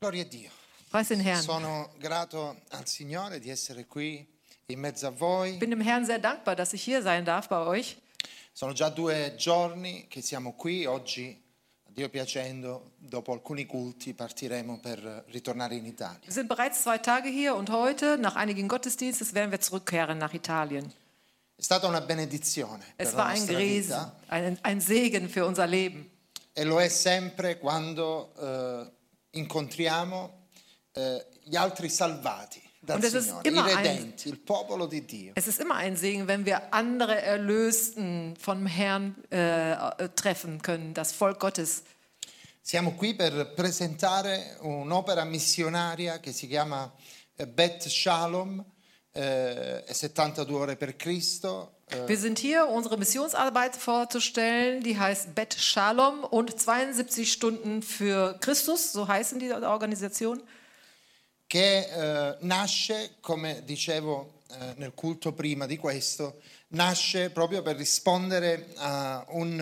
Gloria a Dio. Preis den Herrn. Sono grato al Signore di essere qui in mezzo a Ich voi. bin dem Herrn sehr dankbar, dass ich hier sein darf bei euch. Sono già due giorni che siamo qui. Oggi, a Dio piacendo, dopo alcuni culti partiremo per eh, ritornare in Italia. Wir sind bereits zwei Tage hier und heute, nach einigen Gottesdienstes, werden wir zurückkehren nach Italien. È stata una benedizione per Es la war ein nostra Gresen, vita ein, ein Segen für unser Leben. e lo è sempre quando eh, incontriamo eh, gli altri salvati dal Und es ist Signore, i immer ein- redenti, il popolo di Dio. Es ist immer ein Segen, wenn wir andere Erlösten vom Herrn äh, äh, treffen können, das Volk Gottes. Siamo qui per presentare un'opera missionaria che si chiama eh, Bet Shalom, eh, è 72 ore per Cristo, eh, Wir sind hier, um unsere Missionsarbeit vorzustellen, die heißt Bet Shalom und 72 Stunden für Christus, so heißen die Organisation. che eh, nasce, come dicevo eh, nel culto prima di questo, nasce proprio per rispondere a, un,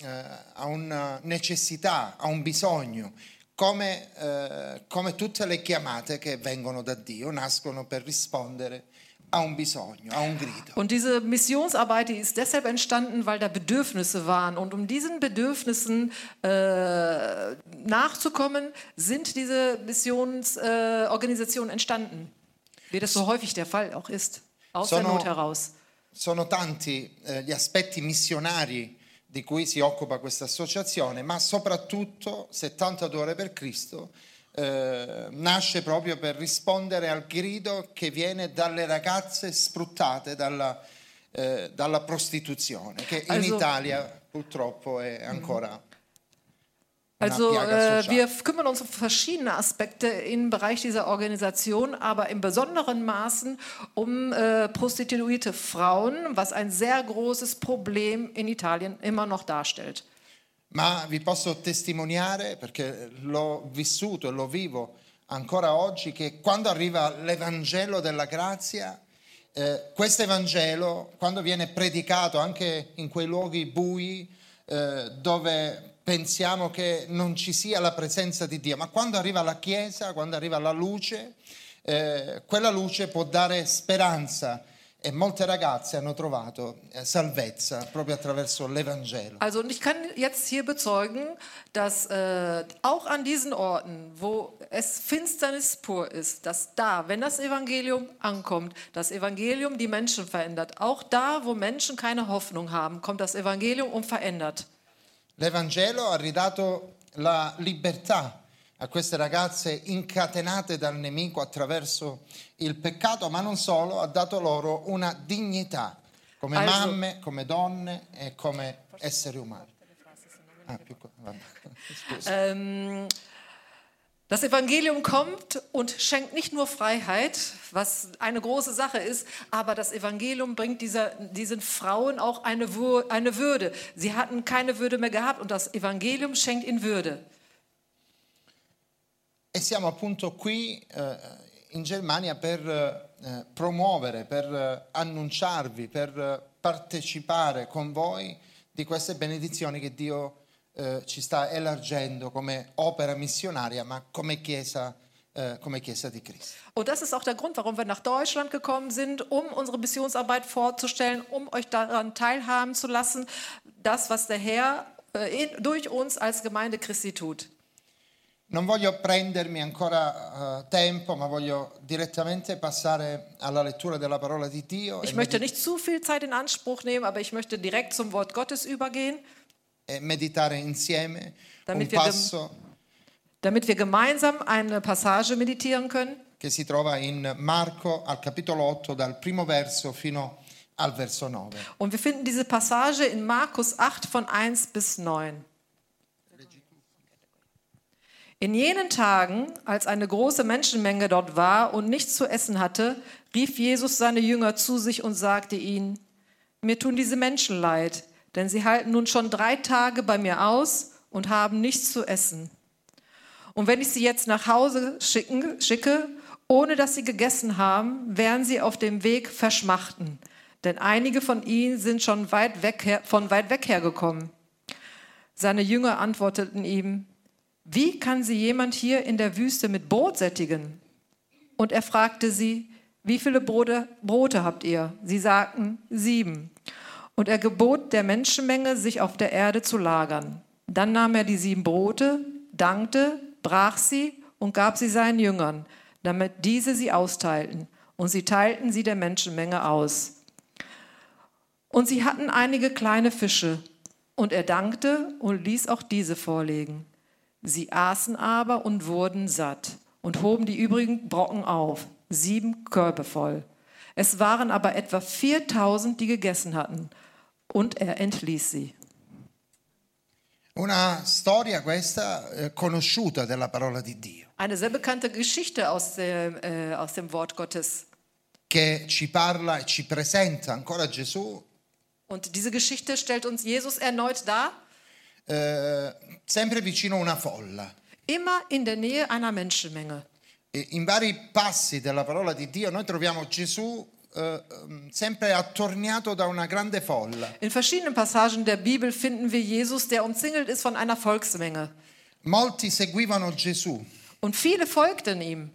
eh, a una necessità, a un bisogno. Come, eh, come tutte le chiamate che vengono da Dio nascono per rispondere a un bisogno, a un grido. Und diese Missionsarbeit, die ist deshalb entstanden, weil da Bedürfnisse waren. Und um diesen Bedürfnissen äh, nachzukommen, sind diese Missionsorganisationen äh, Organisationen entstanden. Wie das so häufig der Fall auch ist. Aus der Sono- Not heraus. Sono tanti eh, gli aspetti missionari di cui si occupa questa associazione, ma soprattutto 72 ore per Cristo eh, nasce proprio per rispondere al grido che viene dalle ragazze sfruttate dalla, eh, dalla prostituzione, che in Also- Italia purtroppo è ancora una Also piaga äh, sociale. wir f- kümmern uns um verschiedene Aspekte im Bereich dieser Organisation, aber im besonderen Maßen um äh, prostituierte Frauen, was ein sehr großes Problem in Italien immer noch darstellt. Ma vi posso testimoniare, perché l'ho vissuto e lo vivo ancora oggi, che quando arriva l'Evangelo della grazia, eh, questo Evangelo, quando viene predicato anche in quei luoghi bui, eh, dove pensiamo che non ci sia la presenza di Dio, ma quando arriva la Chiesa, quando arriva la luce, eh, quella luce può dare speranza. E molte ragazze hanno trovato eh, salvezza proprio attraverso l'Evangelo. Also und ich kann jetzt hier bezeugen, dass äh, auch an diesen Orten, wo es Finsternis pur ist, dass da, wenn das Evangelium ankommt, das Evangelium die Menschen verändert. Auch da, wo Menschen keine Hoffnung haben, kommt das Evangelium und verändert. L'Evangelo ha ridato la libertà a queste ragazze incatenate dal nemico attraverso il peccato, ma non solo, ha dato loro una dignità come Also- mamme, come donne e come esseri umani. Ah, più qua- vabbè. Ähm, das Evangelium kommt und schenkt nicht nur Freiheit, was eine große Sache ist, aber das Evangelium bringt dieser, diesen Frauen auch eine, Wur eine Würde. Sie hatten keine Würde mehr gehabt und das Evangelium schenkt ihnen Würde. E siamo appunto qui eh, in Germania per eh, promuovere, per eh, annunciarvi, per eh, partecipare con voi di queste benedizioni che Dio eh, ci sta elargendo come opera missionaria, ma come Chiesa, eh, come chiesa di Cristo. Und das ist auch der Grund, warum wir nach Deutschland gekommen sind, um unsere Missionsarbeit vorzustellen, um euch daran teilhaben zu lassen, das, was der Herr äh, in, durch uns als Gemeinde Christi tut. Non voglio prendermi ancora eh, tempo, ma voglio direttamente passare alla lettura della parola di Dio e, Ich möchte medi- nicht zu viel Zeit in Anspruch nehmen, aber ich möchte direkt zum Wort Gottes übergehen, e meditare insieme un Damit wir dem- passo damit wir gemeinsam eine Passage meditieren können. che si trova in Marco al capitolo 8 dal primo verso fino al verso 9. Und wir finden diese Passage in Markus 8 von 1 bis 9. In jenen Tagen, als eine große Menschenmenge dort war und nichts zu essen hatte, rief Jesus seine Jünger zu sich und sagte ihnen, mir tun diese Menschen leid, denn sie halten nun schon drei Tage bei mir aus und haben nichts zu essen. Und wenn ich sie jetzt nach Hause schicken, schicke, ohne dass sie gegessen haben, werden sie auf dem Weg verschmachten. Denn einige von ihnen sind schon weit weg her, von weit weg hergekommen. Seine Jünger antworteten ihm, wie kann sie jemand hier in der Wüste mit Brot sättigen? Und er fragte sie, wie viele Brote, Brote habt ihr? Sie sagten, sieben. Und er gebot der Menschenmenge, sich auf der Erde zu lagern. Dann nahm er die sieben Brote, dankte, brach sie und gab sie seinen Jüngern, damit diese sie austeilten. Und sie teilten sie der Menschenmenge aus. Und sie hatten einige kleine Fische. Und er dankte und ließ auch diese vorlegen. Sie aßen aber und wurden satt und hoben die übrigen Brocken auf, sieben Körbe voll. Es waren aber etwa 4000, die gegessen hatten. Und er entließ sie. Una storia questa eh, conosciuta della parola di Dio, Eine sehr bekannte Geschichte aus dem, äh, aus dem Wort Gottes. che ci parla e ci presenta ancora Gesù Und diese Geschichte stellt uns Jesus erneut dar, eh, sempre vicino a una folla. immer in der Nähe einer Menschenmenge. E in vari passi della parola di Dio noi troviamo Gesù eh, ehm, sempre attorniato da una grande folla. In verschiedenen Passagen der Bibel finden wir Jesus, der umzingelt ist von einer Volksmenge. Molti seguivano Gesù. Und viele folgten ihm.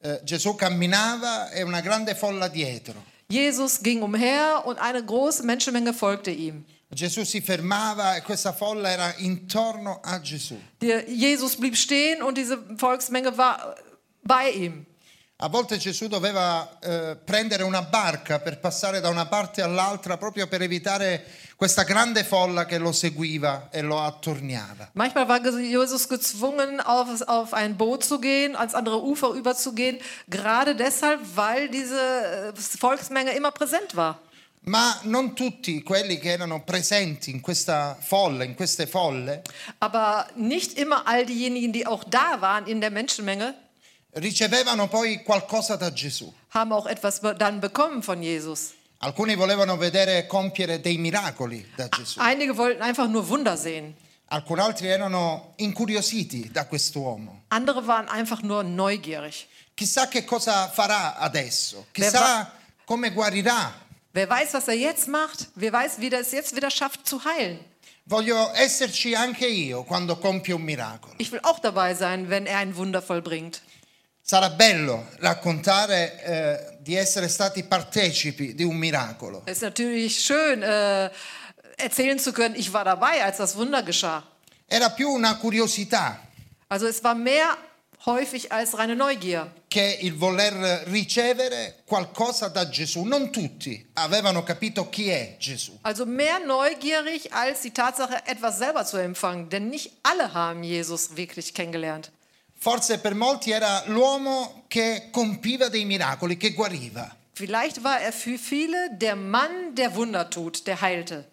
Eh, Gesù camminava e una grande folla dietro. Jesus ging umher und eine große Menschenmenge folgte ihm. Gesù si fermava e questa folla era intorno a Gesù. Der Jesus blieb stehen und diese Volksmenge war bei ihm. A volte Gesù doveva eh, prendere una barca per passare da una parte all'altra proprio per evitare questa grande folla che lo seguiva e lo attorniava. Manchmal war Jesus gezwungen, auf, auf ein Boot zu gehen, ans andere Ufer überzugehen, gerade deshalb, weil diese äh, Volksmenge immer präsent war. Ma non tutti quelli che erano presenti in questa folla, in queste folle, Aber nicht immer all diejenigen, die auch da waren in der Menschenmenge, ricevevano poi qualcosa da Gesù. haben auch etwas be- dann bekommen von Jesus. Alcuni volevano vedere compiere dei miracoli da Gesù, Einige wollten einfach nur Wunder sehen. alcuni altri erano incuriositi da quest'uomo. Andere waren einfach nur neugierig. Chissà che cosa farà adesso, va- chissà come guarirà. Wer weiß, was er jetzt macht? Wer weiß, wie er es jetzt wieder schafft zu heilen? Voglio esserci anche io quando compio un miracolo. Ich will auch dabei sein, wenn er ein Wunder vollbringt. Sarà bello raccontare eh, di essere stati partecipi di un miracolo. Es ist natürlich schön, äh, erzählen zu können, ich war dabei, als das Wunder geschah. Era più una curiosità Also es war mehr häufig als reine Neugier. che il voler ricevere qualcosa da Gesù. Non tutti avevano capito chi è Gesù. Also mehr neugierig als die Tatsache, etwas selber zu empfangen. Denn nicht alle haben Jesus wirklich kennengelernt. Forse per molti era l'uomo che compiva dei miracoli, che guariva. Vielleicht war er für viele der Mann, der Wunder tut, der heilte.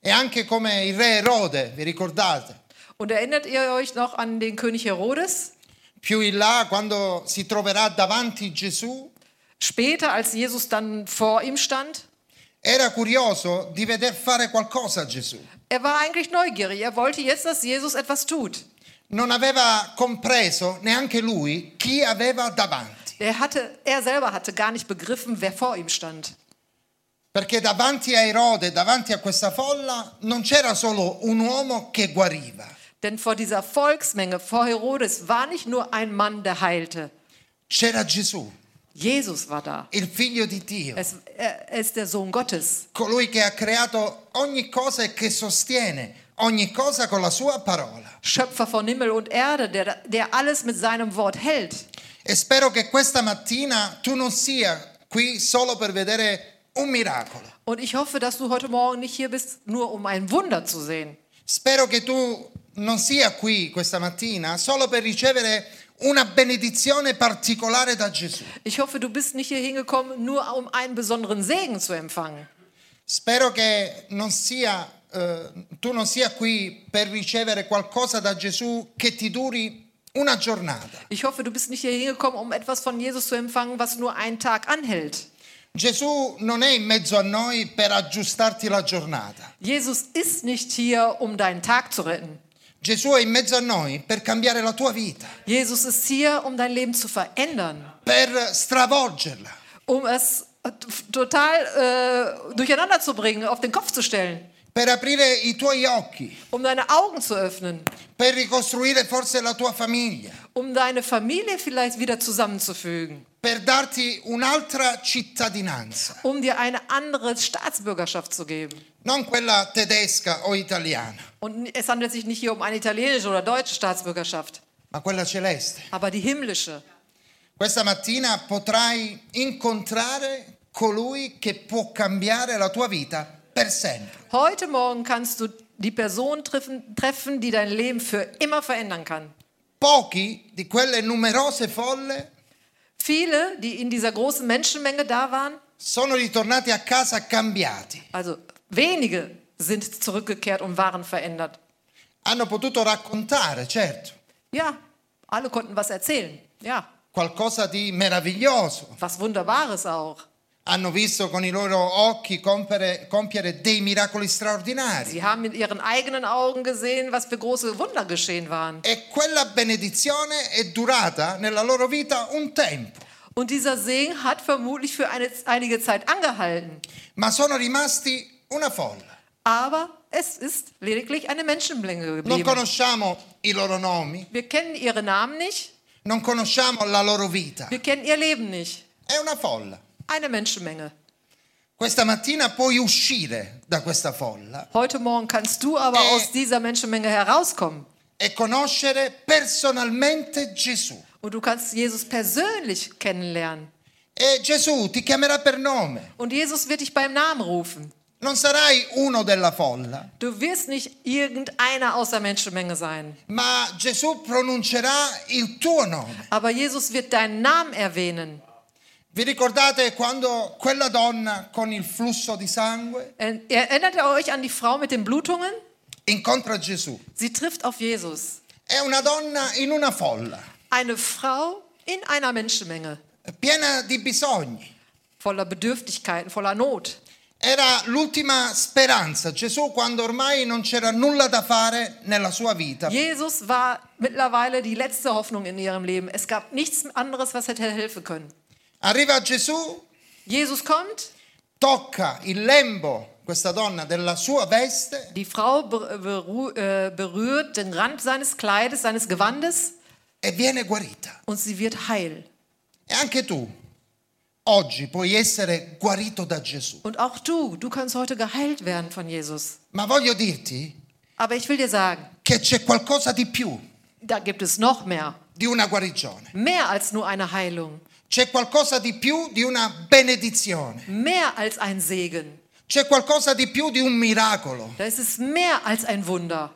E anche come il re Erode, vi ricordate? Und erinnert ihr euch noch an den König Herodes? Più in là, quando si troverà davanti Gesù, Später, als Jesus dann vor ihm stand, era curioso di veder fare qualcosa a Gesù. er war eigentlich neugierig. Er wollte jetzt, dass Jesus etwas tut. Non aveva compreso neanche lui chi aveva davanti, Er, hatte, er selber hatte gar nicht begriffen, wer vor ihm stand. perché davanti a Erode, davanti a questa folla, non c'era solo un uomo che guariva, Denn vor dieser Volksmenge, vor Herodes, war nicht nur ein Mann, der heilte. c'era Gesù, Jesus war da. il figlio di Dio, Es, er, er ist der Sohn Gottes. colui che ha creato ogni cosa e che sostiene ogni cosa con la sua parola. Schöpfer von Himmel und Erde, der, der alles mit seinem Wort hält. E spero che questa mattina tu non sia qui solo per vedere un miracolo. Und ich hoffe, dass du heute Morgen nicht hier bist, nur um ein Wunder zu sehen. Spero che tu non sia qui questa mattina solo per ricevere una benedizione particolare da Gesù. Ich hoffe, du bist nicht hier hingekommen, nur um einen besonderen Segen zu empfangen. Spero che non sia, eh, tu non sia qui per ricevere qualcosa da Gesù che ti duri una giornata. Ich hoffe, du bist nicht hier hingekommen, um etwas von Jesus zu empfangen, was nur einen Tag anhält. Gesù non è in mezzo a noi per aggiustarti la giornata. Jesus ist nicht hier, um deinen Tag zu retten. Gesù è in mezzo a noi per cambiare la tua vita, Jesus ist hier, um dein Leben zu verändern, per stravolgerla, um es total äh, durcheinander zu bringen, auf den Kopf zu stellen, per aprire i tuoi occhi, um deine Augen zu öffnen, per ricostruire forse la tua famiglia, um deine Familie vielleicht wieder zusammenzufügen, per darti un'altra cittadinanza, um dir eine andere Staatsbürgerschaft zu geben. non quella tedesca o italiana, Und es handelt sich nicht hier um eine italienische oder deutsche Staatsbürgerschaft, ma quella celeste. aber die himmlische. Questa mattina potrai incontrare colui che può cambiare la tua vita per sempre. Heute Morgen kannst du die Person treffen, treffen, die dein Leben für immer verändern kann. Pochi di quelle numerose folle Viele, die in dieser großen Menschenmenge da waren, sono ritornati a casa cambiati. also wenige, sind zurückgekehrt und waren verändert. Hanno potuto raccontare, certo, Ja, alle konnten was erzählen. Ja, qualcosa di meraviglioso. was Wunderbares auch. Hanno visto con i loro occhi compere- compiere dei miracoli straordinari. Sie haben mit ihren eigenen Augen gesehen, was für große Wunder geschehen waren. E quella benedizione è durata nella loro vita un tempo, Und dieser Segen hat vermutlich für eine, einige Zeit angehalten. ma sono rimasti una folla. Aber es ist lediglich eine Menschenmenge Non geblieben. conosciamo i loro nomi, Wir kennen ihre Namen nicht, non conosciamo la loro vita. wir kennen ihr Leben nicht. È una folla. Eine Menschenmenge. Questa mattina puoi uscire da questa folla Heute Morgen kannst du aber Äh. aus dieser Menschenmenge herauskommen. e conoscere personalmente Gesù. Und du kannst Jesus persönlich kennenlernen. E Gesù ti chiamerà per nome. Und Jesus wird dich beim Namen rufen. Non sarai uno della folla, Du wirst nicht irgendeiner aus der Menschenmenge sein. ma Gesù pronuncerà il tuo nome. Aber Jesus wird deinen Namen erwähnen. Vi ricordate quando quella donna con il flusso di sangue Er- Erinnert ihr euch an die Frau mit den Blutungen? incontra Gesù? Sie trifft auf Jesus. È una donna in una folla, Eine Frau in einer Menschenmenge. piena di bisogni. voller Bedürftigkeiten, voller Not. Era l'ultima speranza, Gesù, quando ormai non c'era nulla da fare nella sua vita. Jesus war mittlerweile die letzte Hoffnung in ihrem Leben. Es gab nichts anderes, was hätte helfen können. Arriva Gesù, Jesus kommt, tocca il lembo, questa donna, della sua veste die Frau ber- beru- äh, berührt den Rand seines Kleides, seines Gewandes e viene guarita. und sie wird heil. E anche tu, oggi, puoi essere guarito da Gesù. Und auch du, du kannst heute geheilt werden von Jesus. Ma voglio dirti Aber ich will dir sagen, che c'è qualcosa di più da gibt es noch mehr. di una guarigione. Mehr als nur eine Heilung. C'è qualcosa di più di una benedizione. Mehr als ein Segen. C'è qualcosa di più di un miracolo. Da ist es mehr als ein Wunder.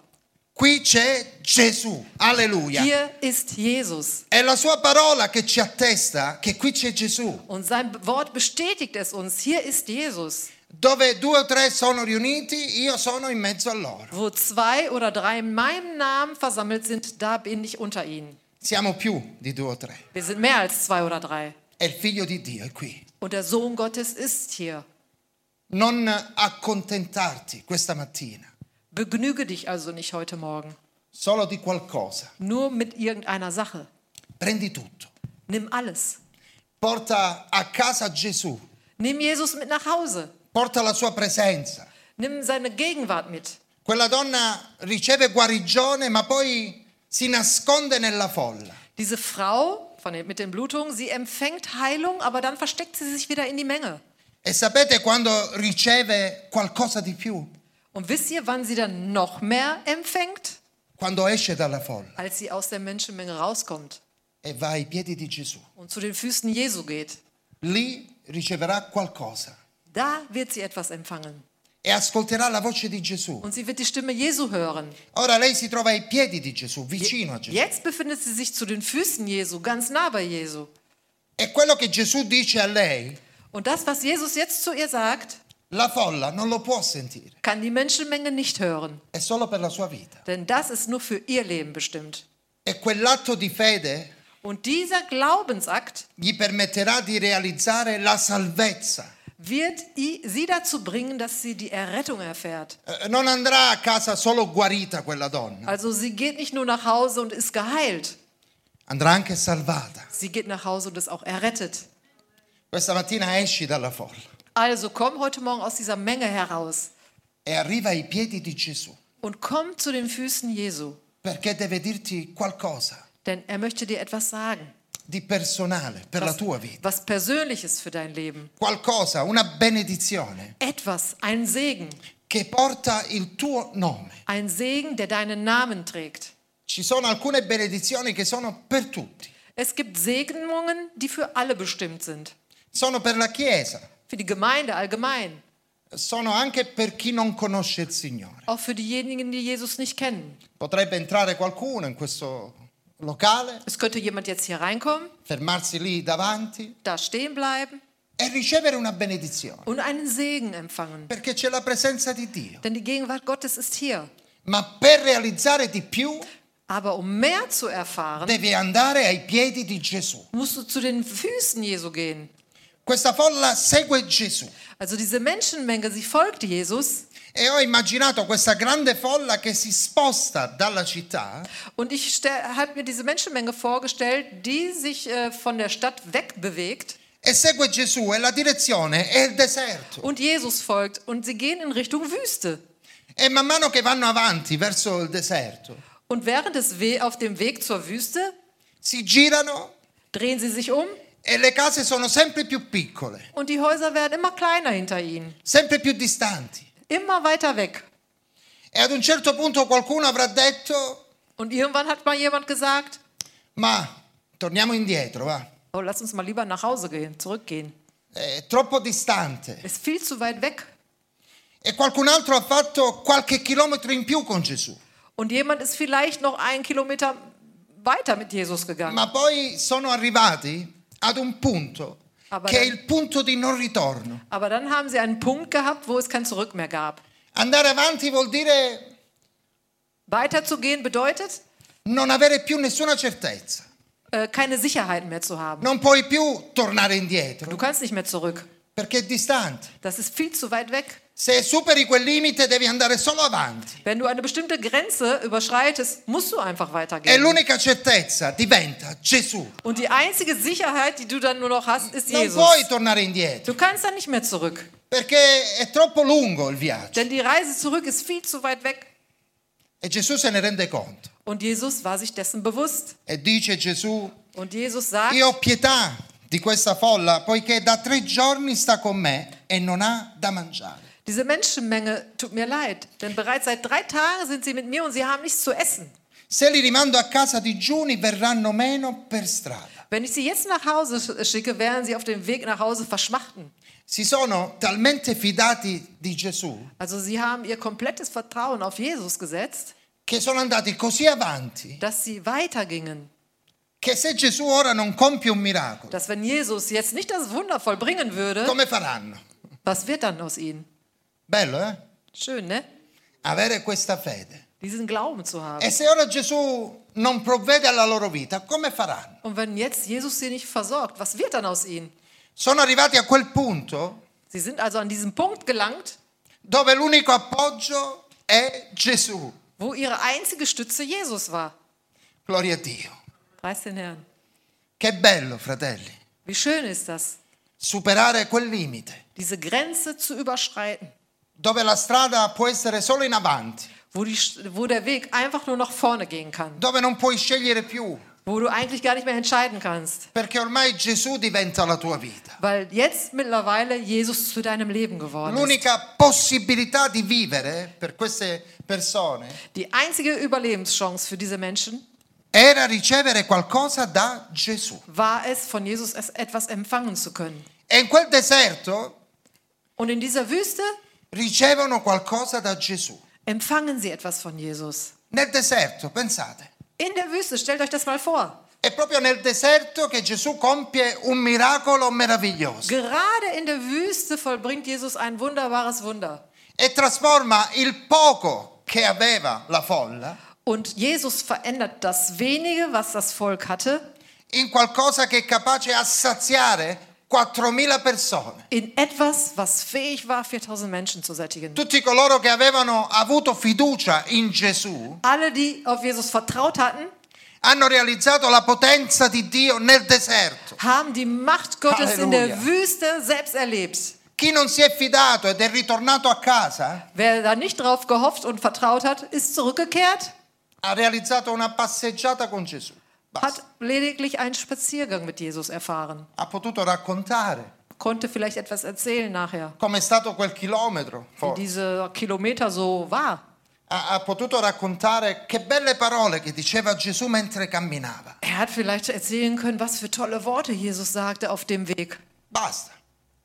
Qui c'è Gesù. Alleluia. Hier ist Jesus. È la sua parola che ci attesta che qui c'è Gesù. Und sein Wort bestätigt es uns. Hier ist Jesus. Dove due o tre sono riuniti, io sono in mezzo a loro. Wo zwei oder drei in meinem Namen versammelt sind, da bin ich unter ihnen. Siamo più di due o tre. Wir sind mehr als zwei oder drei. E il figlio di Dio è qui. Und der Sohn Gottes ist hier. Non accontentarti questa mattina Begnüge dich also nicht heute Morgen. solo di qualcosa. Nur mit irgendeiner Sache. Prendi tutto. Nimm alles. Porta a casa Gesù. Nimm Jesus mit nach Hause. Porta la sua presenza. Nimm seine Gegenwart mit. Quella donna riceve guarigione ma poi si nasconde nella folla. Diese Frau von den, mit den Blutungen, sie empfängt Heilung, aber dann versteckt sie sich wieder in die Menge. E sapete quando riceve qualcosa di più? Und wisst ihr, wann sie dann noch mehr empfängt? Quando esce dalla folla als sie aus der Menschenmenge rauskommt e va ai piedi di Gesù. und zu den Füßen Jesu geht. Lì riceverà qualcosa Da wird sie etwas empfangen e ascolterà la voce di Gesù. und sie wird die Stimme Jesu hören. Ora lei si trova ai piedi di Gesù, vicino a Gesù. Jetzt befindet sie sich zu den Füßen Jesu, ganz nah bei Jesu. E quello che Gesù dice a lei, Und das, was Jesus jetzt zu ihr sagt, la folla non lo può sentire. kann die Menschenmenge nicht hören, È solo per la sua vita. denn das ist nur für ihr Leben bestimmt. E quell'atto di fede Und dieser Glaubensakt gli permetterà di realizzare la salvezza. wird i- sie dazu bringen, dass sie die Errettung erfährt. Eh, Non andrà a casa solo guarita quella donna, Also sie geht nicht nur nach Hause und ist geheilt, andrà anche salvata. sie geht nach Hause und ist auch errettet. Questa mattina esci dalla folla Also komm heute Morgen aus dieser Menge heraus. e arriva ai piedi di Gesù und komm zu den Füßen Jesu, perché deve dirti qualcosa denn er möchte dir etwas sagen, di personale per la was, tua vita, was Persönliches für dein Leben. qualcosa, una benedizione Etwas, ein Segen, che porta il tuo nome. ein Segen, der deinen Namen trägt. Ci sono alcune benedizioni che sono per tutti, Es gibt Segnungen, die für alle bestimmt sind, sono per la Chiesa, für die Gemeinde allgemein, sono anche per chi non conosce il Signore. auch für diejenigen, die Jesus nicht kennen. Potrebbe entrare qualcuno in questo locale, Es könnte jemand jetzt hier reinkommen, fermarsi lì davanti da stehen bleiben e ricevere una benedizione, und einen Segen empfangen. perché c'è la presenza di Dio. Denn die Gegenwart Gottes ist hier. Ma per realizzare di più Aber um mehr zu erfahren, devi andare ai piedi di Gesù. musst du zu den Füßen Jesu gehen. Questa folla segue Gesù. Also diese Menschenmenge, sie folgt Jesus. E ho immaginato questa grande folla che si sposta dalla città Und ich habe mir diese Menschenmenge vorgestellt, die sich äh, von der Stadt wegbewegt e segue Gesù e la direzione è il deserto. und Jesus folgt. Und sie gehen in Richtung Wüste. E man mano che vanno avanti verso il deserto, Und während des We auf dem Weg zur Wüste si girano drehen sie sich um e le case sono sempre più piccole, und die Häuser werden immer kleiner hinter ihnen, sempre più distanti. immer weiter weg. E ad un certo punto qualcuno avrà detto, Und irgendwann hat mal jemand gesagt, ma torniamo indietro, va. oh, lass uns mal lieber nach Hause gehen, zurückgehen. È troppo distante. Ist viel zu weit weg. E qualcun altro ha fatto qualche chilometro in più con Gesù. Und jemand ist vielleicht noch einen Kilometer weiter mit Jesus gegangen. Ma poi sono arrivati ad un punto Ah, che è guarda. il punto di non ritorno. Aber dann haben sie einen Punkt gehabt, wo es kein Zurück mehr gab. Andare avanti vuol dire Weiterzugehen bedeutet, non avere più nessuna certezza. äh, keine Sicherheiten mehr zu haben. Non puoi più tornare Du indietro kannst nicht mehr zurück. perché è distante. Das ist viel zu weit weg. Se superi quel limite devi andare solo avanti. Wenn du eine bestimmte Grenze überschreitest, musst du einfach E weitergehen. l'unica certezza diventa Gesù. Und die einzige Sicherheit, die du dann nur noch hast, ist Non Jesus. puoi tornare indietro Du kannst dann nicht mehr zurück. perché è troppo lungo il viaggio. Denn die Reise zurück ist viel zu weit weg. E Gesù se ne rende conto. Und Jesus war sich dessen bewusst. E dice Gesù, Und Jesus sagt, Io ho pietà di questa folla, poiché da tre giorni sta con me e non ha da mangiare. diese Menschenmenge tut mir leid, denn bereits seit drei Tagen sind sie mit mir und sie haben nichts zu essen. Se li rimando a casa digiuni, verranno meno per strada. Wenn ich sie jetzt nach Hause sch- schicke, werden sie auf dem Weg nach Hause verschmachten. Si sono talmente fidati di Gesù Also sie haben ihr komplettes Vertrauen auf Jesus gesetzt, che sono andati così avanti dass sie weitergingen. che se Gesù ora non compie un miracolo, Dass wenn Jesus jetzt nicht das Wunder vollbringen würde, come faranno? was wird dann aus ihnen? Bello, eh? Schön, ne? Avere questa fede. Diesen Glauben zu haben. E se ora Gesù non provvede alla loro vita, come faranno? Und wenn jetzt Jesus sie nicht versorgt, was wird dann aus ihnen? Sono arrivati a quel punto Sie sind also an diesen Punkt gelangt, dove l'unico appoggio è Gesù. wo ihre einzige Stütze Jesus war. Gloria a Dio. Preis den Herrn. Che bello, fratelli, Wie schön ist das, superare quel limite diese Grenze zu überschreiten, dove la strada può essere solo in avanti, wo, die, wo der Weg einfach nur nach vorne gehen kann, dove non puoi scegliere più, wo du eigentlich gar nicht mehr entscheiden kannst, perché ormai Gesù diventa la tua vita. weil jetzt mittlerweile Jesus zu deinem Leben geworden ist. L'unica possibilità di vivere per queste persone Die einzige Überlebenschance für diese Menschen era ricevere qualcosa da Gesù. war es, von Jesus es- etwas empfangen zu können. E in quel deserto Und in dieser Wüste ricevono qualcosa da Gesù. empfangen sie etwas von Jesus. Nel deserto, pensate. In der Wüste, stellt euch das mal vor. È proprio nel deserto che Gesù compie un miracolo meraviglioso. Gerade in der Wüste vollbringt Jesus ein wunderbares Wunder. e trasforma il poco che aveva la folla Und Jesus verändert das wenige, was das Volk hatte, in qualcosa che è capace a saziare 4.000 persone. in etwas, was fähig war, 4000 Menschen zu sättigen. Tutti coloro che avevano avuto fiducia in Gesù Alle, die auf Jesus vertraut hatten, hanno realizzato la potenza di Dio nel deserto, haben die Macht Gottes in Halleluja. der Wüste selbst erlebt. Chi non si è fidato ed è ritornato a casa Wer da nicht drauf gehofft und vertraut hat, ist zurückgekehrt, ha realizzato una passeggiata con Gesù. Basta. hat lediglich einen Spaziergang mit Jesus erfahren. Ha potuto raccontare Konnte vielleicht etwas erzählen nachher, com'è stato quel chilometro, wie forse. dieser Kilometer so war. Ha, ha potuto raccontare che belle parole che diceva Gesù mentre camminava. Er hat vielleicht erzählen können, was für tolle Worte Jesus sagte auf dem Weg. Basta.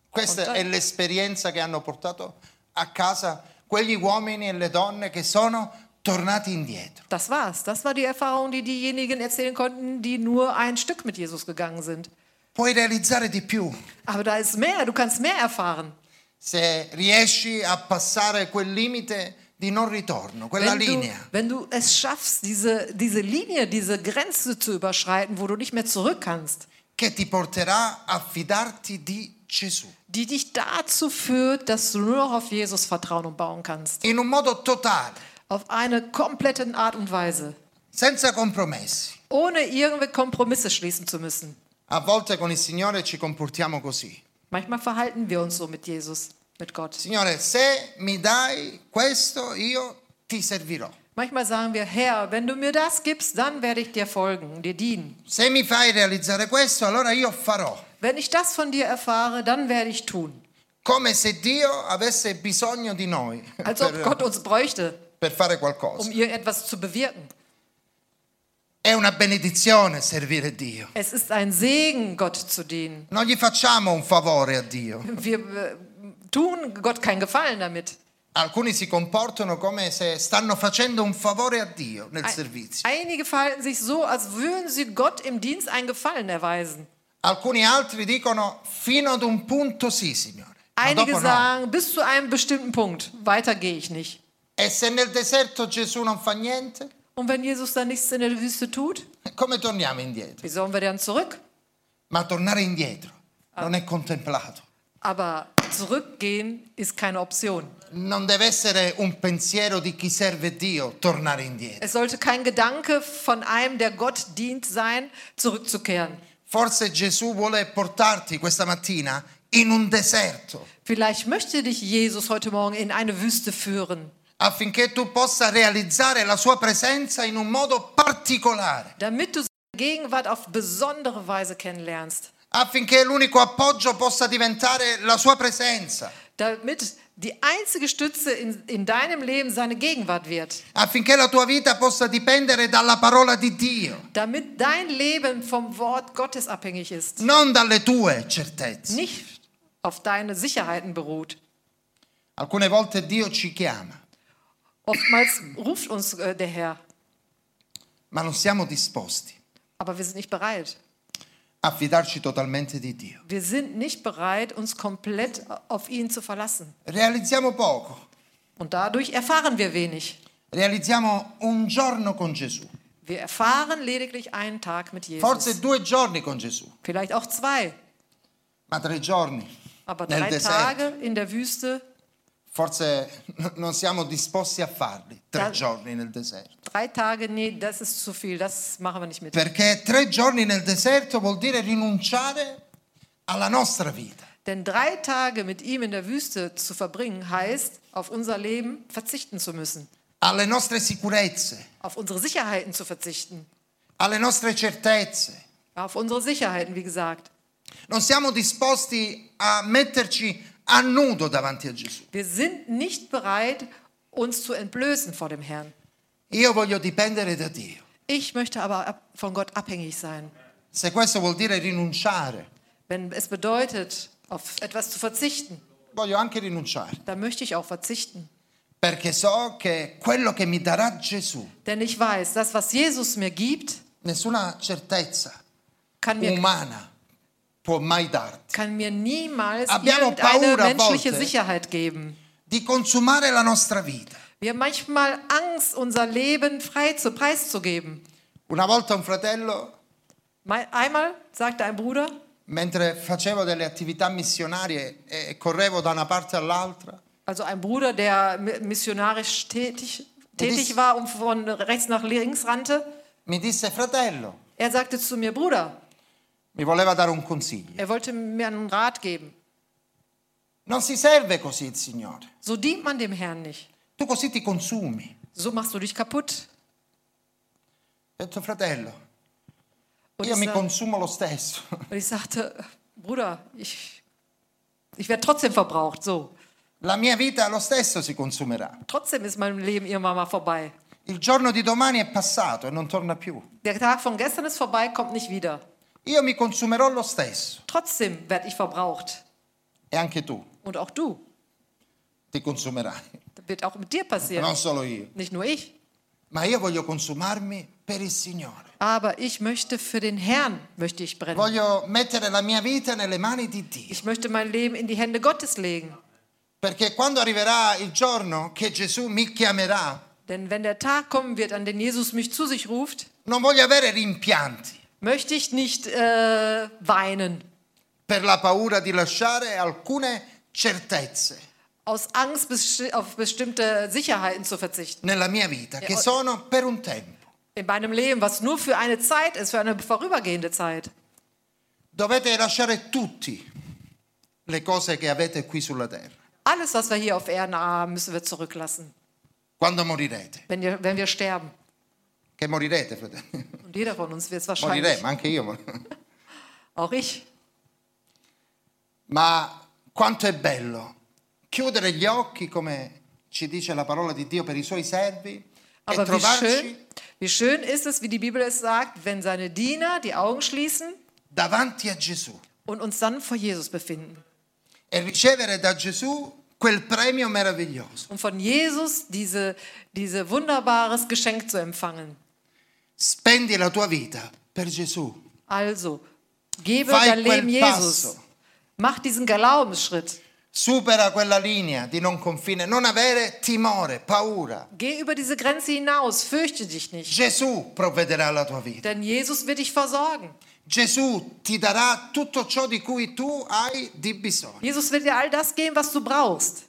Questa Contare. è l'esperienza che hanno portato a casa quegli uomini e le donne che sono tornati indietro. Das war's. Das war die Erfahrung, die diejenigen erzählen konnten, die nur ein Stück mit Jesus gegangen sind. Puoi realizzare di più Aber da ist mehr. Du kannst mehr erfahren. se riesci a passare quel limite di non ritorno, quella Wenn du, linea. wenn du es schaffst, diese, diese Linie, diese Grenze zu überschreiten, wo du nicht mehr zurück kannst, che ti porterà a fidarti di Gesù die dich dazu führt, dass du nur noch auf Jesus vertrauen und bauen kannst. in un modo totale, Auf eine komplette Art und Weise. senza compromessi. Ohne irgendwelche Kompromisse schließen zu müssen. A volte con il Signore ci comportiamo così. Manchmal verhalten wir uns so mit Jesus, mit Gott. Signore, se mi dai questo, io ti servirò. Manchmal sagen wir, Herr, wenn du mir das gibst, dann werde ich dir folgen, dir dienen. Se mi fai realizzare questo, allora io farò. Wenn ich das von dir erfahre, dann werde ich tun. Come se Dio avesse bisogno di noi Als ob per, Gott uns bräuchte, per fare um qualcosa. irgendetwas zu bewirken. È una benedizione servire Dio. Es ist ein Segen, Gott zu dienen. Non gli facciamo un favore a Dio. Wir äh, tun Gott keinen Gefallen damit. Alcuni si comportano come se stanno facendo un favore a Dio nel servizio. Einige verhalten sich so, als würden sie Gott im Dienst einen Gefallen erweisen. Alcuni altri dicono fino ad un punto sì, Signore. Ma Einige dopo no. sagen, bis zu einem bestimmten Punkt, weiter gehe ich nicht. E se nel deserto Gesù non fa niente, Und wenn Jesus dann nichts in der Wüste tut, come torniamo indietro? wie sollen wir dann zurück? Ma tornare indietro non è contemplato. Aber zurückgehen ist keine Option. Non deve essere un pensiero di chi serve Dio tornare indietro. Es sollte kein Gedanke von einem, der Gott dient, sein, zurückzukehren. Forse Gesù vuole portarti questa mattina in un deserto Vielleicht möchte dich Jesus heute Morgen in eine Wüste führen, affinché tu possa realizzare la sua presenza in un modo particolare, damit du seine Gegenwart auf besondere Weise kennenlernst, affinché l'unico appoggio possa diventare la sua presenza. damit die einzige Stütze in, in deinem Leben seine Gegenwart wird, affinché la tua vita possa dipendere dalla parola di Dio, damit dein Leben vom Wort Gottes abhängig ist, non dalle tue certezze. nicht auf deine Sicherheiten beruht. Alcune volte Dio ci chiama, Oftmals ruft uns äh, der Herr, ma non siamo disposti aber wir sind nicht bereit. a fidarci totalmente di Dio. Wir sind nicht bereit, uns komplett auf ihn zu verlassen. Realizziamo poco, Und dadurch erfahren wir wenig. realizziamo un giorno con Gesù, Wir erfahren lediglich einen Tag mit Jesus. forse due giorni con Gesù, Vielleicht auch zwei, ma tre giorni aber nel drei deserto. Tage in der Wüste, Forse n- non siamo disposti a farli, tre Da- giorni nel deserto. drei Tage, nee, das ist zu viel, das machen wir nicht mit. Perché tre giorni nel deserto vuol dire rinunciare alla nostra vita. Denn drei Tage mit ihm in der Wüste zu verbringen, heißt, auf unser Leben verzichten zu müssen, alle nostre sicurezze, auf unsere Sicherheiten zu verzichten. alle nostre certezze. Auf unsere Sicherheiten, wie gesagt. Non siamo disposti a metterci a nudo davanti a Gesù. Wir sind nicht bereit, uns zu entblößen vor dem Herrn. Io voglio dipendere da Dio. Ich möchte aber ab- von Gott abhängig sein. Se questo vuol dire rinunciare, Wenn es bedeutet, auf etwas zu verzichten, voglio anche rinunciare, dann möchte ich auch verzichten. perché so che quello che mi darà Gesù, Denn ich weiß, das, was Jesus mir gibt, nessuna certezza kann Oh mir, umana può mai darti, kann mir niemals Abbiamo irgendeine paura a menschliche volte. Sicherheit geben. di consumare la nostra vita. Wir haben manchmal Angst, unser Leben frei zu preiszugeben. Una volta un fratello, Mei- Einmal sagte ein Bruder, mentre facevo delle attività missionarie e correvo da una parte all'altra, also ein Bruder, der mi- missionarisch tätig, dies- tätig war und von rechts nach links rannte, mi disse, fratello, er sagte zu mir, Bruder, Mi voleva dare un consiglio. er wollte mir einen Rat geben. Non si serve così il Signore. So dient man dem Herrn nicht. Tu così ti consumi. So machst du dich kaputt. Ho detto, fratello, Und io ich, mi sag, und consumo lo stesso. ich sagte, Bruder, ich, ich werde trotzdem verbraucht. So, La mia vita lo stesso si consumerà. trotzdem ist mein Leben irgendwann mal vorbei. Il giorno di domani è passato e non torna più. Der Tag von gestern ist vorbei, kommt nicht wieder. Io mi consumerò lo stesso. Trotzdem werde ich verbraucht. E anche tu Und auch du. ti consumerai. Das wird auch mit dir passieren. Non solo io. Nicht nur ich. Ma io voglio consumarmi per il Signore. Aber ich möchte für den Herrn möchte ich brennen. Voglio mettere la mia vita nelle mani di Dio. Ich möchte mein Leben in die Hände Gottes legen. Perché quando arriverà il giorno che Gesù mi chiamerà, Denn wenn der Tag kommen wird, an den Jesus mich zu sich ruft, non voglio avere rimpianti möchte ich nicht äh, weinen per la paura di lasciare alcune certezze aus Angst besti- auf bestimmte Sicherheiten zu verzichten. nella mia vita, che sono per un tempo. In meinem Leben, was nur für eine Zeit ist, für eine vorübergehende Zeit. Dovete lasciare tutti le cose che avete qui sulla terra. Alles, was wir hier auf Erden haben, müssen wir zurücklassen, Quando morirete, wenn wir, wenn wir sterben. che morirete, fratelli, Und jeder von uns wird es wahrscheinlich. moriremo, anche io. morirò. Auch ich. Ma quanto è bello chiudere gli occhi, come ci dice la parola di Dio per i suoi servi, e Aber wie schön, trovarci wie schön ist es, wie die Bibel es sagt, wenn seine Diener die Augen schließen davanti a Gesù. und uns dann vor Jesus befinden. e ricevere da Gesù quel premio meraviglioso. Und um von Jesus diese, diese wunderbares Geschenk zu empfangen. Spendi la tua vita per Gesù. Also, gebe Fai dein quel Leben Jesus. passo. Mach diesen Glaubensschritt. Supera quella linea di non confine, non avere timore, paura. Geh über diese Grenze hinaus, fürchte dich nicht. Gesù provvederà la tua vita. Denn Jesus wird dich versorgen. Gesù ti darà tutto ciò di cui tu hai di bisogno. Jesus wird dir all das geben, was du brauchst.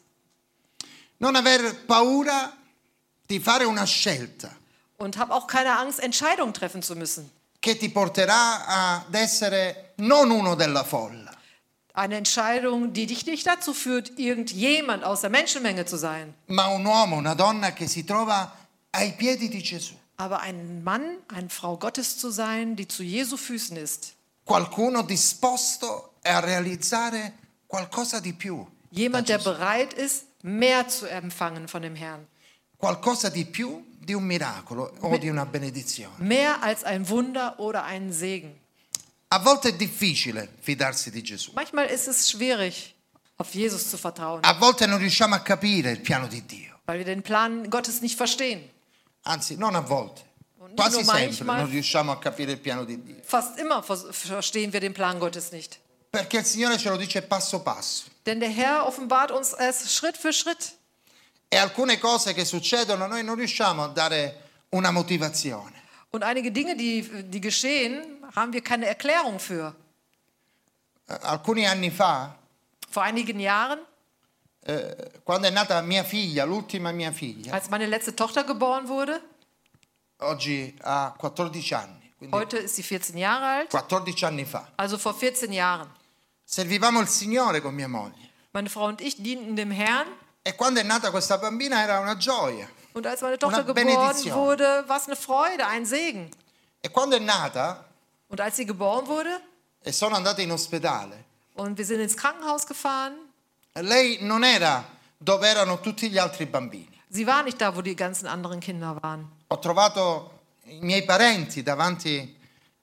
Non aver paura di fare una scelta Und hab auch keine Angst, Entscheidungen treffen zu müssen. che ti porterà ad essere non uno della folla, Eine Entscheidung, die dich nicht dazu führt, irgendjemand aus der Menschenmenge zu sein, ma un uomo, una donna che si trova ai piedi di Gesù. aber ein Mann, eine Frau Gottes zu sein, die zu Jesu Füßen ist. qualcuno disposto a realizzare qualcosa di più, Jemand, der bereit ist, mehr zu empfangen von dem Herrn. qualcosa di più di un miracolo o di una benedizione. Mehr als ein Wunder oder einen Segen. A volte è difficile fidarsi di Gesù, Manchmal ist es schwierig, auf Jesus zu vertrauen, a volte non riusciamo a capire il piano di Dio, weil wir den Plan Gottes nicht verstehen. anzi non a volte, Non quasi dico mai, sempre ma- non riusciamo a capire il piano di Dio, Fast immer vers- verstehen wir den Plan Gottes nicht. perché il Signore ce lo dice passo passo. Denn der Herr offenbart uns es Schritt für Schritt. E alcune cose che succedono noi non riusciamo a dare una motivazione. Und einige Dinge, die, die geschehen, haben wir keine Erklärung für. Eh, Alcuni anni fa, Vor einigen Jahren, eh, quando è nata mia figlia, l'ultima mia figlia, als meine letzte Tochter geboren wurde, oggi ha 14 anni, quindi heute ist sie 14 Jahre alt, 14 anni fa. also vor 14 Jahren. Servivamo il Signore con mia moglie Meine Frau und ich dienten dem Herrn e quando è nata questa bambina era una gioia. und als meine Tochter Una geboren benedizione. wurde, war es eine Freude, ein Segen. E quando è nata Und als sie geboren wurde e sono andata in ospedale, und wir sind ins Krankenhaus gefahren, lei non era dove erano tutti gli altri bambini. sie war nicht da, wo die ganzen anderen Kinder waren. Ho trovato i miei parenti davanti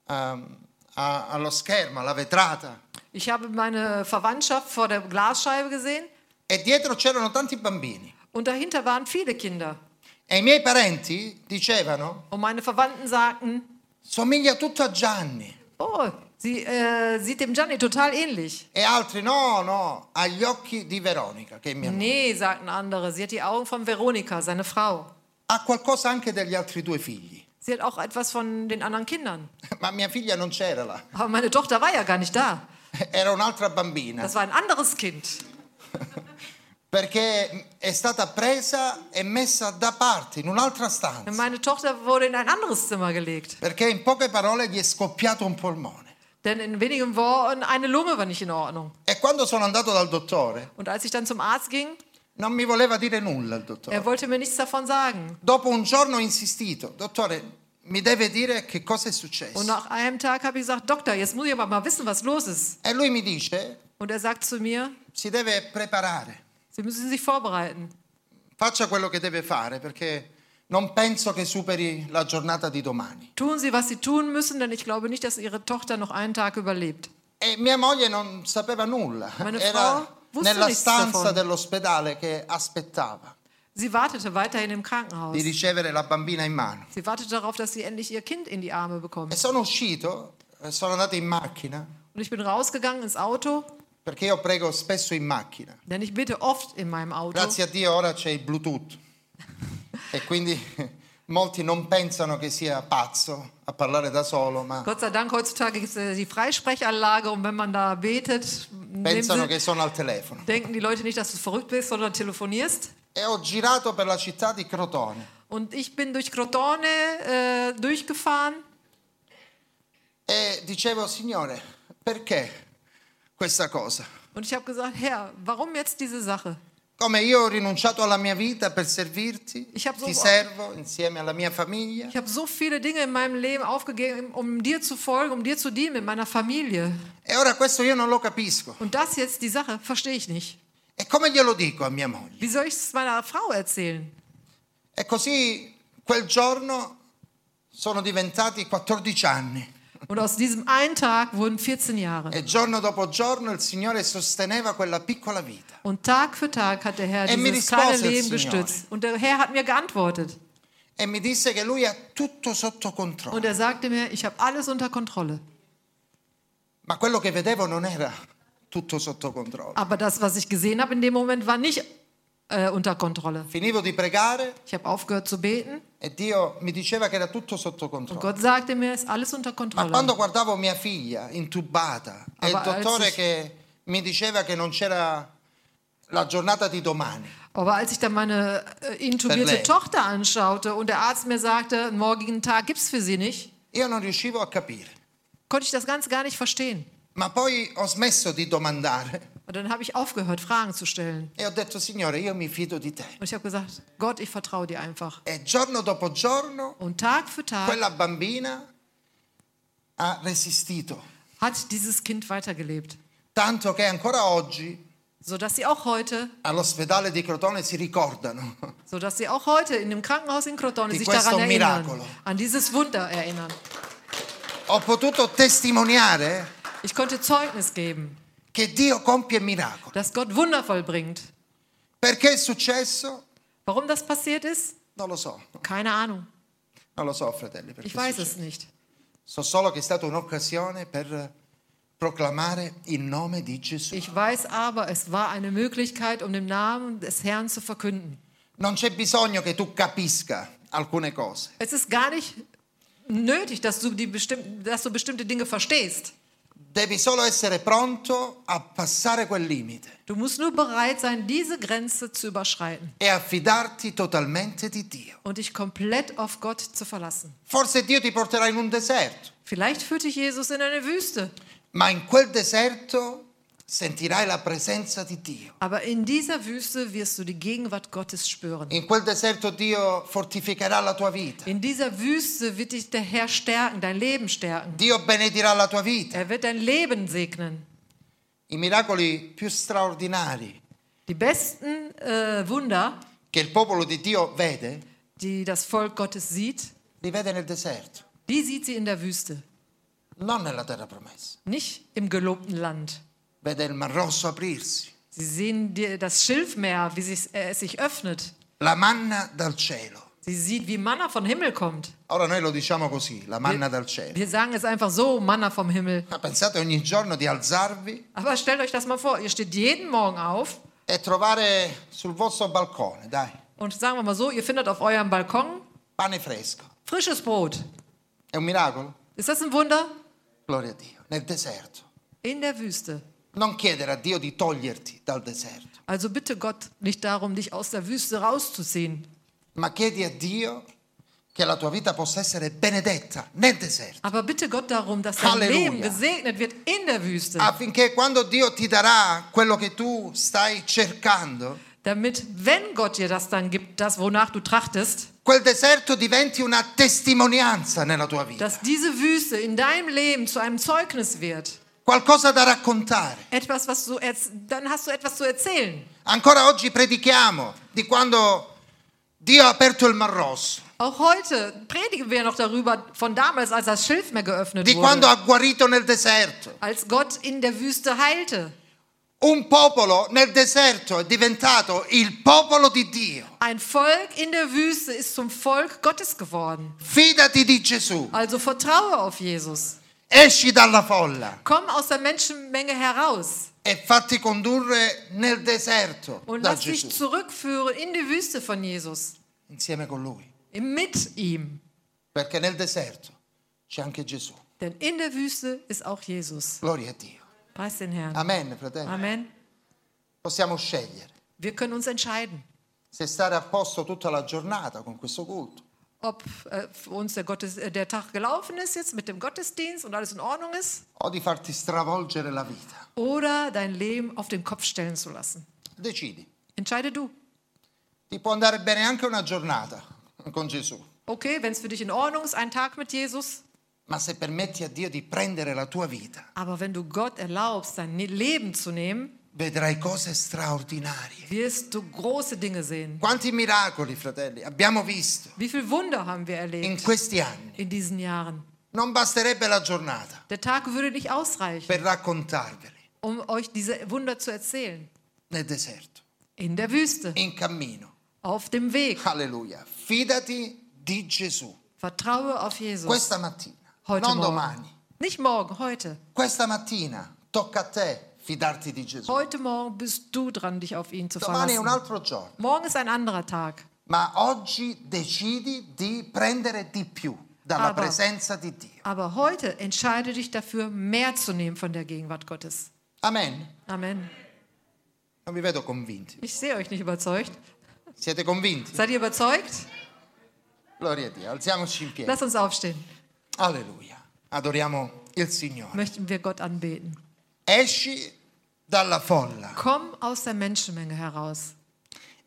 ehm, a- allo schermo, alla vetrata Ich habe meine Verwandtschaft vor der Glasscheibe gesehen e dietro c'erano tanti bambini. und dahinter waren viele Kinder. E i miei parenti dicevano, Und meine Verwandten sagten, somiglia tutto a Gianni. Oh, sie äh, sieht dem Gianni total ähnlich. E altri no, no, agli occhi di Veronica, che è mia moglie. Nee, sagten andere, sie hat die Augen von Veronika, seine Frau. Ha qualcosa anche degli altri due figli. Sie hat auch etwas von den anderen Kindern. Ma mia figlia non c'era là, Aber meine Tochter war ja gar nicht da. era un'altra bambina, Das war ein anderes Kind. perché è stata presa e messa da parte in un'altra Denn stanza, meine Tochter wurde in ein anderes Zimmer gelegt. perché in poche parole gli è scoppiato un polmone. Denn in wenigen Worten, eine Lunge war nicht in Ordnung. E quando sono andato dal dottore, Und als ich dann zum Arzt ging, non mi voleva dire nulla il dottore. er wollte mir nichts davon sagen. Dopo un giorno ho insistito, dottore, mi deve dire che cosa è Und successo. nach einem Tag habe ich gesagt, Doktor, jetzt muss ich aber mal wissen, was los ist. E lui mi dice, Und er sagt zu mir, si deve preparare, Sie müssen sich vorbereiten. faccia quello che deve fare perché non penso che superi la giornata di domani. Tun Sie, was Sie tun müssen, denn ich glaube nicht, dass Ihre Tochter noch einen Tag überlebt. E mia moglie non sapeva nulla, Meine era Frau wusste nella nichts stanza davon. dell'ospedale che aspettava Sie wartete weiterhin im di Krankenhaus. ricevere la bambina in mano. Sie wartete darauf, dass sie endlich ihr Kind in die Arme E bekommt. sono uscito, eh, sono andato in macchina, Und ich bin rausgegangen ins Auto, perché io prego spesso in macchina. denn ich bete oft in meinem Auto. Grazie a Dio ora c'è il Bluetooth e quindi molti non pensano che sia pazzo a parlare da solo, ma Gott sei Dank, heutzutage gibt es äh, die Freisprechanlage und wenn man da betet, in dem pensano Sinn, che sono al telefono. denken die Leute nicht, dass du verrückt bist, sondern telefonierst. E ho girato per la città di Crotone Und ich bin durch Crotone äh, durchgefahren e dicevo, Signore, perché questa cosa? und ich habe gesagt, Herr, warum jetzt diese Sache? Come io ho rinunciato alla mia vita per servirti, Ich hab so- ti servo insieme alla mia famiglia. Ich habe so viele Dinge in meinem Leben aufgegeben, um dir zu folgen, um dir zu dienen, mit meiner Familie. E ora questo io non lo capisco. Und das jetzt, die Sache, verstehe ich nicht. E come glielo dico a mia moglie? Wie soll ich es meiner Frau erzählen? E così quel giorno sono diventati 14 anni. Und aus diesem einen Tag wurden 14 Jahre. E giorno dopo giorno il Signore sosteneva quella piccola vita. Und Tag für Tag hat der Herr Ey, mir dieses die Spouse kleine jetzt, Leben gestützt. Und der Herr hat mir geantwortet. E mi disse che lui ha tutto sotto controllo. Und er sagte mir, ich habe alles unter Kontrolle. Ma quello che vedevo non era tutto sotto controllo. Aber das, was ich gesehen habe in dem Moment, war nicht äh, unter Kontrolle. Finivo di pregare Ich habe aufgehört zu beten e Dio mi diceva che era tutto sotto und controllo. Gott sagte mir, es ist alles unter Ma Kontrolle. quando guardavo mia figlia intubata e il Ma guarda, dottore Ah, eh, sì. che mi diceva che non c'era la giornata di domani, Aber als ich dann meine äh, Verleih. intubierte Tochter anschaute und der Arzt mir sagte, einen morgigen Tag gibt es für sie nicht, io non riuscivo a capire. konnte ich das Ganze gar nicht verstehen. Ma poi ho smesso di domandare Und dann habe ich aufgehört, Fragen zu stellen. e ho detto Signore, io mi fido di te. Und ich habe gesagt, Gott, ich vertraue dir einfach. E giorno dopo giorno Und Tag für Tag quella bambina ha resistito, hat dieses Kind weitergelebt, tanto che ancora oggi sodass sie auch heute, all'ospedale di Crotone si ricordano sodass sie auch heute in dem Krankenhaus in Crotone Di sich questo daran erinnern, miracolo. an dieses Wunder erinnern. ho potuto testimoniare Ich konnte Zeugnis geben, che Dio compie miracoli. dass Gott Wunder vollbringt. Perché è successo? Warum das passiert ist? Non lo so, Keine Ahnung. non lo so fratelli, perché Ich weiß succede. es nicht. so solo che è stata un'occasione per proclamare il nome di Gesù. Ich weiß aber, es war eine Möglichkeit, um den Namen des Herrn zu verkünden. Non c'è bisogno che tu capisca alcune cose. Es ist gar nicht nötig, dass du, die bestimm dass du bestimmte Dinge verstehst. Devi solo essere pronto a passare quel limite Du musst nur bereit sein, diese Grenze zu überschreiten e affidarti totalmente di Dio. und dich komplett auf Gott zu verlassen. Forse Dio ti porterà in un deserto, Vielleicht führt dich Jesus in eine Wüste, ma in quel deserto sentirai la presenza di Dio. aber in dieser Wüste wirst du die Gegenwart Gottes spüren. In quel deserto Dio fortificherà la tua vita. In dieser Wüste wird dich der Herr stärken, dein Leben stärken. Dio benedirà la tua vita. Er wird dein Leben segnen. I miracoli più straordinari Die besten äh, Wunder, che il popolo di Dio vede, die das Volk Gottes sieht, li vede nel deserto, Die sieht sie in der Wüste, non nella terra promessa. nicht im gelobten Land. Vede il Mar Rosso aprirsi, Sie sehen dir das Schilfmeer, wie sich, äh, es sich öffnet. la manna dal cielo. Sie sieht, wie Manna vom Himmel kommt. Ora noi lo diciamo così, la manna dal cielo. Wir sagen es einfach so, Manna vom Himmel. Ma pensate ogni giorno di alzarvi Aber stellt euch das mal vor, ihr steht jeden Morgen auf e trovare sul vostro balcone, dai, und sagen wir mal so, ihr findet auf eurem Balkon pane fresco. frisches Brot. È un miracolo? Ist das ein Wunder? Gloria a Dio. Nel deserto. In der Wüste. Non chiedere a Dio di toglierti dal deserto, Also bitte Gott nicht darum, dich aus der Wüste rauszuziehen, ma chiedi a Dio che la tua vita possa essere benedetta nel deserto, Aber bitte Gott darum, dass dein Halleluja. Leben gesegnet wird in der Wüste, affinché quando Dio ti darà quello che tu stai cercando, damit, wenn Gott dir das dann gibt, das, wonach du trachtest, quel deserto diventi una testimonianza nella tua vita, dass diese Wüste in deinem Leben zu einem Zeugnis wird. qualcosa da raccontare. Etwas, was du erz- dann hast du etwas zu erzählen. Ancora oggi predichiamo di quando Dio ha aperto il Mar Rosso, Auch heute predigen wir noch darüber, von damals, als das Schilfmeer geöffnet di quando wurde, ha guarito nel deserto. als Gott in der Wüste heilte. Un popolo nel deserto è diventato il popolo di Dio. Ein Volk in der Wüste ist zum Volk Gottes geworden. Fidati di Gesù, Also vertraue auf Jesus. esci dalla folla Komm aus der Menschenmenge heraus e fatti condurre nel deserto und da lass dich Gesù, zurückführen in die Wüste von Jesus. insieme con Lui, Mit ihm. perché nel deserto c'è anche Gesù. Denn in der Wüste ist auch Jesus. Gloria a Dio. Preis den Herrn. Amen, fratelli. Amen. Possiamo scegliere Wir können uns entscheiden, se stare a posto tutta la giornata con questo culto ob äh, für uns der, Gottes, äh, der Tag gelaufen ist jetzt mit dem Gottesdienst und alles in Ordnung ist o di farti stravolgere la vita. oder dein Leben auf den Kopf stellen zu lassen. Decidi. Entscheide du. Ti può andare bene anche una giornata con Gesù, Okay, wenn es für dich in Ordnung ist, ein Tag mit Jesus. ma se permetti a Dio di prendere la tua vita, Aber wenn du Gott erlaubst, dein Ne- Leben zu nehmen, vedrai cose straordinarie. wirst du große Dinge sehen. Quanti miracoli, fratelli, abbiamo visto Wie viel Wunder haben wir erlebt in questi anni. in diesen Jahren? Non basterebbe la giornata Der Tag würde nicht ausreichen, per raccontarveli um euch diese Wunder zu erzählen. nel deserto, In der Wüste, in cammino. auf dem Weg. Alleluia. Fidati di Gesù. Vertraue auf Jesus. Questa mattina, Heute non Morgen. domani, Nicht morgen, heute. Questa mattina tocca a te fidarti di Gesù. Heute Morgen bist du dran, dich auf ihn zu Domani è un verlassen. altro giorno, Morgen ist ein anderer Tag. ma oggi decidi di prendere di più dalla Ah, va. presenza di Dio. Aber heute entscheide dich dafür, mehr zu nehmen von der Gegenwart Gottes. Amen. Amen. Non vi vedo convinti. Ich sehe euch nicht überzeugt. Siete convinti? Seid ihr überzeugt? Gloria a Dio. Alziamoci in piedi. Lass uns aufstehen. Alleluia. Adoriamo il Signore. Möchten wir Gott anbeten. Esci dalla folla Komm aus der Menschenmenge heraus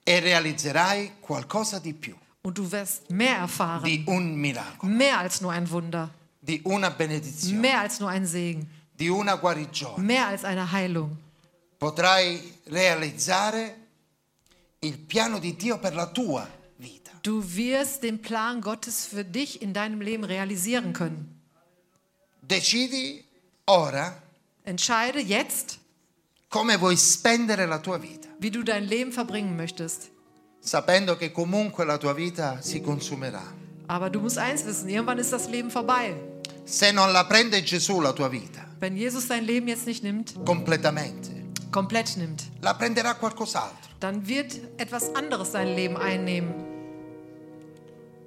e realizzerai qualcosa di più und du wirst mehr erfahren. di un miracolo, Mehr als nur ein Wunder. di una benedizione, Mehr als nur ein Segen. di una guarigione. Mehr als eine Heilung. potrai realizzare il piano di Dio per la tua vita. Du wirst den Plan Gottes für dich in deinem Leben realisieren können. Decidi ora Entscheide jetzt, come vuoi spendere la tua vita, wie du dein Leben verbringen möchtest. sapendo che comunque la tua vita si consumerà. Aber du musst eins wissen, irgendwann ist das Leben vorbei. Se non la prende Gesù la tua vita Wenn Jesus dein Leben jetzt nicht nimmt, completamente, komplett nimmt, la prenderà qualcos'altro. dann wird etwas anderes dein Leben einnehmen.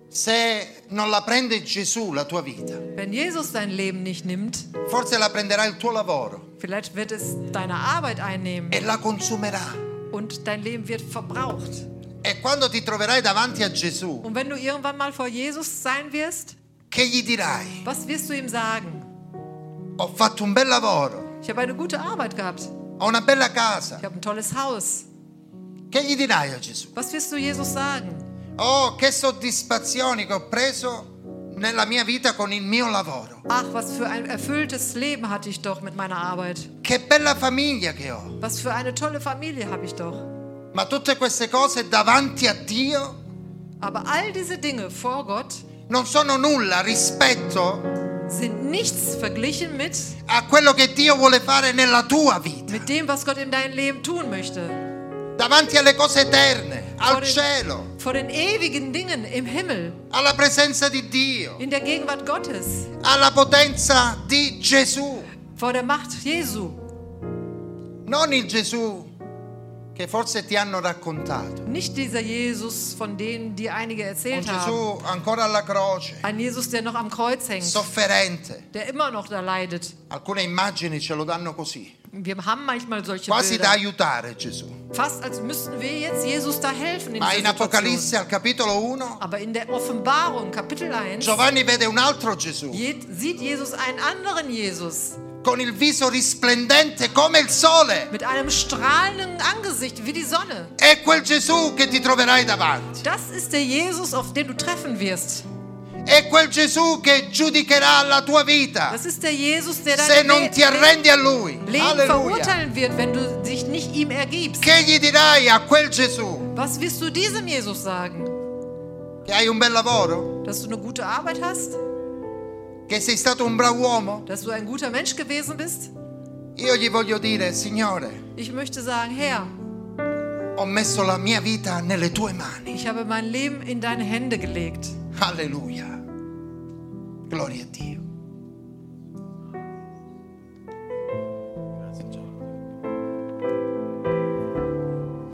Se non la prende Gesù la tua vita, Wenn Jesus dein Leben nicht nimmt, forse la prenderà il tuo lavoro vielleicht wird es deine Arbeit einnehmen e la consumerà. und dein Leben wird verbraucht. E quando ti troverai davanti a Gesù, Und wenn du irgendwann mal vor Jesus sein wirst, che gli dirai? was wirst du ihm sagen? Ho fatto un bel lavoro, Ich habe eine gute Arbeit gehabt. ho una bella casa, Ich habe ein tolles Haus. Che gli dirai a Gesù? Was wirst du Jesus sagen? Oh, che soddisfazioni che ho preso nella mia vita con il mio lavoro. Ach, was für ein erfülltes Leben hatte ich doch mit meiner Arbeit. Che bella famiglia che ho. Was für eine tolle Familie habe ich doch. Ma tutte queste cose davanti a Dio Aber all diese Dinge vor Gott non sono nulla rispetto sind nichts verglichen mit, a quello che Dio vuole fare nella tua vita. mit dem, was Gott in deinem Leben tun möchte. Davanti alle cose eterne, al Vorre- cielo, Vor den ewigen Dingen im Himmel, alla presenza di Dio, in der Gegenwart Gottes, alla potenza di Gesù. vor der Macht Jesu. Non il Gesù che forse ti hanno raccontato. Nicht dieser Jesus, von denen dir einige Un erzählt haben. Gesù ancora alla croce, Ein Jesus, der noch am Kreuz hängt, sofferente. der immer noch da leidet. Alcune immagini ce lo danno così. Wir haben manchmal solche quasi da Bilder. aiutare Gesù. Fast als müssten wir jetzt Jesus da helfen. In Ma dieser in Situation. Apocalisse al capitolo 1 Aber in der Offenbarung, Kapitel 1, Giovanni vede un altro Gesù je- sieht Jesus einen anderen Jesus con il viso risplendente come il sole. mit einem strahlenden Angesicht wie die Sonne. È quel Gesù che ti troverai davanti. Das ist der Jesus, auf den du treffen wirst. È quel Gesù che giudicherà la tua vita Das ist der Jesus, der se dein non ti arrendi a lui. Le- Leben Alleluia. verurteilen wird, wenn du dich nicht ihm ergibst. Che gli dirai a quel Gesù? Was wirst du diesem Jesus sagen? Che hai un bel lavoro? Dass du eine gute Arbeit hast? Che sei stato un bravo uomo? Dass du ein guter Mensch gewesen bist? Io gli voglio dire, Signore, Ich möchte sagen, Herr, ho messo la mia vita nelle tue mani. ich habe mein Leben in deine Hände gelegt. Alleluia. Gloria a Dio.